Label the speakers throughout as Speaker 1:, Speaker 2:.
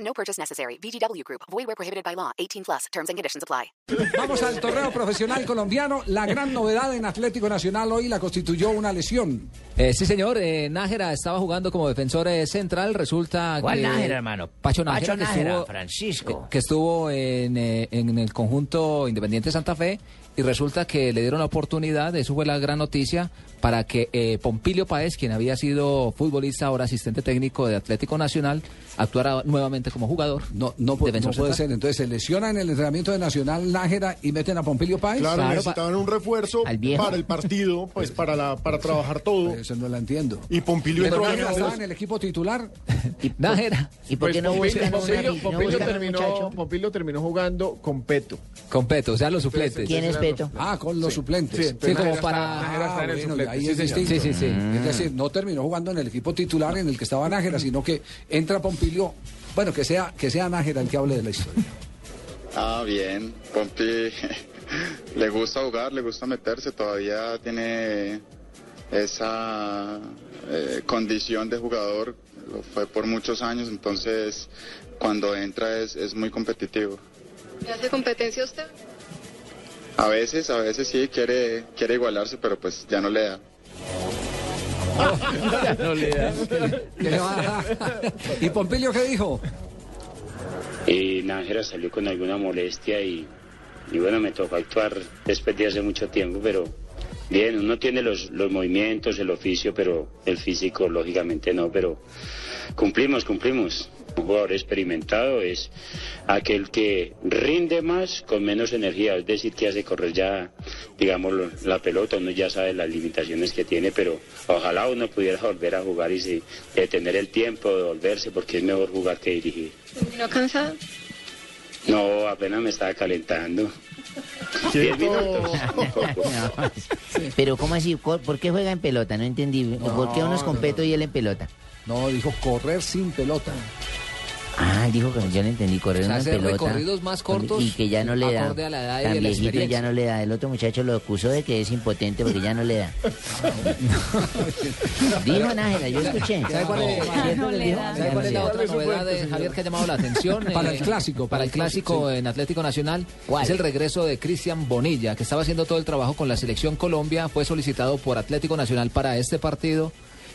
Speaker 1: No purchase necessary. VGW Group. Void where prohibited by law. 18 plus. Terms and conditions apply.
Speaker 2: Vamos al torneo profesional colombiano. La gran novedad en Atlético Nacional hoy la constituyó una lesión.
Speaker 3: Eh, sí, señor. Eh, Nájera estaba jugando como defensor eh, central. Resulta
Speaker 4: ¿Cuál
Speaker 3: que...
Speaker 4: Nájera, hermano?
Speaker 3: Pacho Nájera,
Speaker 4: Pacho
Speaker 3: que
Speaker 4: Nájera,
Speaker 3: estuvo-
Speaker 4: Francisco.
Speaker 3: Que estuvo en, eh, en el conjunto Independiente Santa Fe y resulta que le dieron la oportunidad, eso fue la gran noticia, para que eh, Pompilio Páez, quien había sido futbolista, ahora asistente técnico de Atlético Nacional, actuara nuevamente como jugador.
Speaker 2: No, no, pu- no
Speaker 3: defensor
Speaker 2: puede
Speaker 3: central.
Speaker 2: ser. Entonces se lesiona en el entrenamiento de Nacional Nájera y meten a Pompilio Páez.
Speaker 5: Claro,
Speaker 3: Claro,
Speaker 5: necesitaban un refuerzo
Speaker 4: al viejo.
Speaker 5: para el partido, pues para la para trabajar todo.
Speaker 2: Eso no la entiendo.
Speaker 5: Y Pompilio
Speaker 2: Pero
Speaker 5: entró a
Speaker 2: Nájera estaba en
Speaker 5: refuerzo.
Speaker 2: el equipo titular.
Speaker 4: ¿Y,
Speaker 3: Nájera.
Speaker 4: ¿Y
Speaker 6: Pues
Speaker 4: por qué no
Speaker 7: Pompilio-
Speaker 4: buscan, una-
Speaker 7: Pompilio-
Speaker 4: no
Speaker 7: Pompilio
Speaker 4: buscan un
Speaker 7: terminó,
Speaker 4: muchacho?
Speaker 7: Pompilio terminó jugando con Peto.
Speaker 3: Completo, o sea, los suplentes.
Speaker 4: ¿Quién es Beto?
Speaker 2: Ah, con los
Speaker 7: Sí,
Speaker 2: suplentes.
Speaker 3: Sí,
Speaker 7: entonces
Speaker 3: como
Speaker 7: Nájera
Speaker 3: para...
Speaker 7: Nájera está en el
Speaker 2: Ah, bueno,
Speaker 7: suplente,
Speaker 2: ahí
Speaker 7: sí,
Speaker 2: es
Speaker 7: señor.
Speaker 2: distinto.
Speaker 3: Sí, sí, sí.
Speaker 2: Es decir, no terminó jugando en el equipo titular en el que estaba Nájera, sino que entra Pompilio. Bueno, que sea, que sea Nájera el que hable de la historia.
Speaker 8: Ah, bien. Pompi le gusta jugar, le gusta meterse, todavía tiene esa eh, condición de jugador, lo fue por muchos años, entonces cuando entra es, es muy competitivo.
Speaker 9: ¿Le hace competencia a usted?
Speaker 8: A veces, a veces sí quiere, quiere igualarse, pero pues ya no le da.
Speaker 2: ¿Qué le va a dar? ¿Y Pompilio qué dijo?
Speaker 6: Y Nájera salió con alguna molestia y, y bueno, me tocó actuar después de hace mucho tiempo, pero bien, uno tiene los, los movimientos, el oficio, pero el físico lógicamente no, pero cumplimos, cumplimos. Un jugador experimentado es aquel que rinde más con menos energía, es decir, que hace correr ya, digamos, lo- la pelota, uno ya sabe las limitaciones que tiene, pero ojalá uno pudiera volver a jugar y si- detener el tiempo, devolverse, porque es mejor jugar que dirigir.
Speaker 9: ¿Terminó cansado?
Speaker 6: No, apenas me estaba calentando. Diez minutos. Poco.
Speaker 4: Ah, Pero ¿cómo así? Co- ¿Por qué juega en pelota? No entendí. ¿Por qué unos con Peto y él en pelota?
Speaker 2: No, dijo correr sin pelota.
Speaker 4: Ah, dijo que yo no entendí. Correr
Speaker 3: O sea,
Speaker 4: unos
Speaker 3: hacer
Speaker 4: en pelota.
Speaker 3: recorridos más cortos
Speaker 4: Y que ya no le da.
Speaker 3: acorde a la edad y
Speaker 4: Tan
Speaker 3: a la
Speaker 4: viejito
Speaker 3: experiencia.
Speaker 4: ya no le da. El otro muchacho lo acusó de que es impotente porque ya no le da. dijo Nájera, yo escuché.
Speaker 3: ¿Sabe cuál es,
Speaker 4: ¿Cierto que dijo?
Speaker 3: ¿Sabe cuál es la otra
Speaker 7: Dale su
Speaker 3: novedad
Speaker 7: fuerte,
Speaker 3: de
Speaker 7: señor.
Speaker 3: Javier que ha llamado la atención?
Speaker 2: Para
Speaker 3: Eh,
Speaker 2: el clásico,
Speaker 3: Para el clásico en Atlético Nacional.
Speaker 4: ¿Cuál?
Speaker 3: Es el regreso de Cristian Bonilla, que estaba haciendo todo el trabajo con la selección Colombia. Fue solicitado por Atlético Nacional para este partido.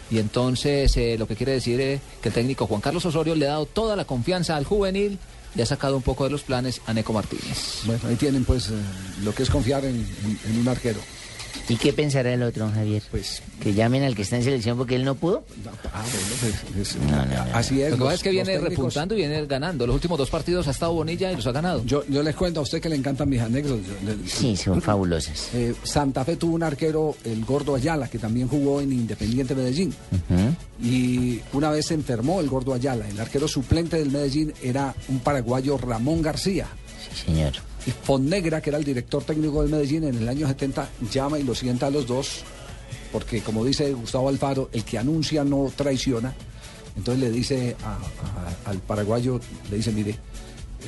Speaker 3: Y entonces eh, lo que quiere decir es que el técnico Juan Carlos Osorio le ha dado toda la confianza al juvenil y ha sacado un poco de los planes a Neco Martínez.
Speaker 2: Bueno, ahí tienen pues eh, lo que es confiar en, en- en un arquero.
Speaker 4: ¿Y qué pensará el otro, Javier?
Speaker 2: Pues-
Speaker 4: Que llamen al que está en selección porque él no pudo.
Speaker 2: Ah, bueno, pues, es-
Speaker 4: No, no, no.
Speaker 2: Así es.
Speaker 3: Lo que
Speaker 2: los-
Speaker 3: pasa es que
Speaker 2: los
Speaker 3: viene
Speaker 2: técnicos-
Speaker 3: repuntando y viene ganando. Los últimos dos partidos ha estado Bonilla y los ha ganado.
Speaker 2: Yo, yo les cuento a usted que le encantan mis anécdotas. Yo- le-
Speaker 4: Sí, son fabulosas.
Speaker 2: eh, Santa Fe tuvo un arquero, el gordo Ayala, que también jugó en Independiente Medellín.
Speaker 4: ¿Mm?
Speaker 2: Y una vez se enfermó el gordo Ayala. El arquero suplente del Medellín era un paraguayo Ramón García.
Speaker 4: Sí, señor.
Speaker 2: Y Fonnegra, que era el director técnico del Medellín en el año 70, llama y lo sienta a los dos, porque como dice Gustavo Alfaro, el que anuncia no traiciona. Entonces le dice a- a- al paraguayo, le dice, mire,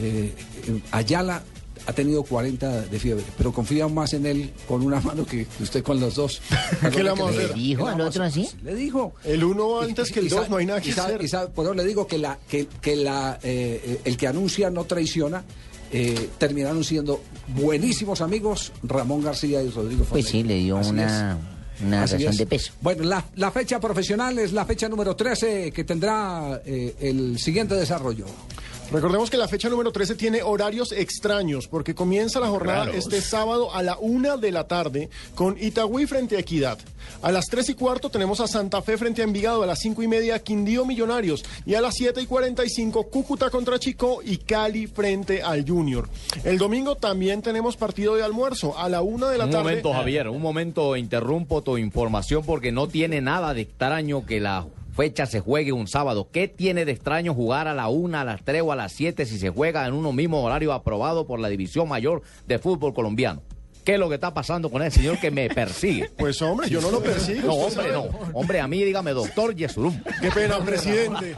Speaker 2: eh, eh, Ayala ha tenido 40 de fiebre, pero confía más en él con una mano que usted con los dos.
Speaker 5: ¿Qué le vamos a
Speaker 4: ¿Le
Speaker 5: hacer?
Speaker 4: dijo al otro así?
Speaker 2: Le dijo.
Speaker 5: El uno antes que el
Speaker 2: Y
Speaker 5: dos,
Speaker 2: sabe-
Speaker 5: no hay nada que
Speaker 2: y sabe-
Speaker 5: hacer.
Speaker 2: y sabe- por eso le digo que, la, que, que la, eh, eh, el que anuncia no traiciona. eh, terminaron siendo buenísimos amigos Ramón García y Rodrigo
Speaker 4: Pues
Speaker 2: Fonseca.
Speaker 4: sí, le dio
Speaker 2: Así
Speaker 4: una,
Speaker 2: es.
Speaker 4: una
Speaker 2: Así
Speaker 4: razón
Speaker 2: es.
Speaker 4: de peso.
Speaker 2: Bueno, la, la fecha profesional es la fecha número 13 que tendrá eh, el siguiente desarrollo.
Speaker 5: Recordemos que la fecha número 13 tiene horarios extraños porque comienza la jornada este sábado a la una de la tarde con Itagüí frente a Equidad. A las 3 y cuarto tenemos a Santa Fe frente a Envigado, a las 5 y media Quindío Millonarios y a las 7 y 45 Cúcuta contra Chico y Cali frente al Junior. El domingo también tenemos partido de almuerzo a la una de la
Speaker 7: Un
Speaker 5: tarde.
Speaker 7: momento, Javier,
Speaker 5: un momento interrumpo tu información porque no tiene nada de extraño que la
Speaker 8: fecha se juegue un sábado. ¿Qué tiene de extraño jugar a la una, a las tres o a las siete si se juega en uno mismo horario aprobado por la División Mayor de Fútbol Colombiano? ¿Qué es lo que está pasando con el señor que me persigue?
Speaker 5: Pues hombre, yo no lo persigo.
Speaker 8: No, hombre, no. Hombre, a mí dígame doctor Yesurum.
Speaker 5: Qué pena, presidente.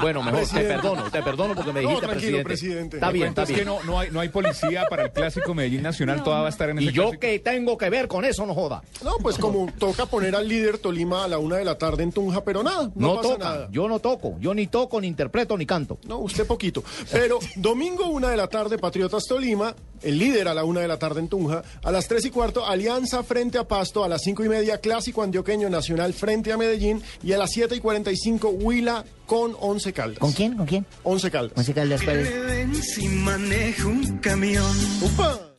Speaker 8: Bueno, mejor
Speaker 5: Presidente.
Speaker 8: te perdono, te perdono porque me dijiste presidente. Está
Speaker 10: Me
Speaker 8: bien,
Speaker 10: cuento
Speaker 8: está
Speaker 10: es
Speaker 8: bien.
Speaker 10: que no, no, hay, no hay policía para el clásico Medellín Nacional, toda va a estar en ese
Speaker 8: Y yo
Speaker 10: clásico.
Speaker 8: que tengo que ver con eso, no joda.
Speaker 5: No, pues como toca poner al líder Tolima a la una de la tarde en Tunja, pero nada, no,
Speaker 8: No,
Speaker 5: pasa
Speaker 8: toca,
Speaker 5: nada.
Speaker 8: yo no toco, yo ni toco, ni interpreto, ni canto.
Speaker 5: No, usted poquito. Pero domingo una de la tarde, Patriotas Tolima, el líder a la una de la tarde en Tunja, a las tres y cuarto, Alianza frente a Pasto, a las cinco y media, Clásico Antioqueño Nacional frente a Medellín, y a las siete y cuarenta y cinco, Huila con Once Caldas. ¿Con
Speaker 4: quién? ¿Con quién?
Speaker 5: Once Caldas.
Speaker 4: Once Caldas, ¿cuál es?
Speaker 11: ven si manejo un camión.
Speaker 5: ¡Upa!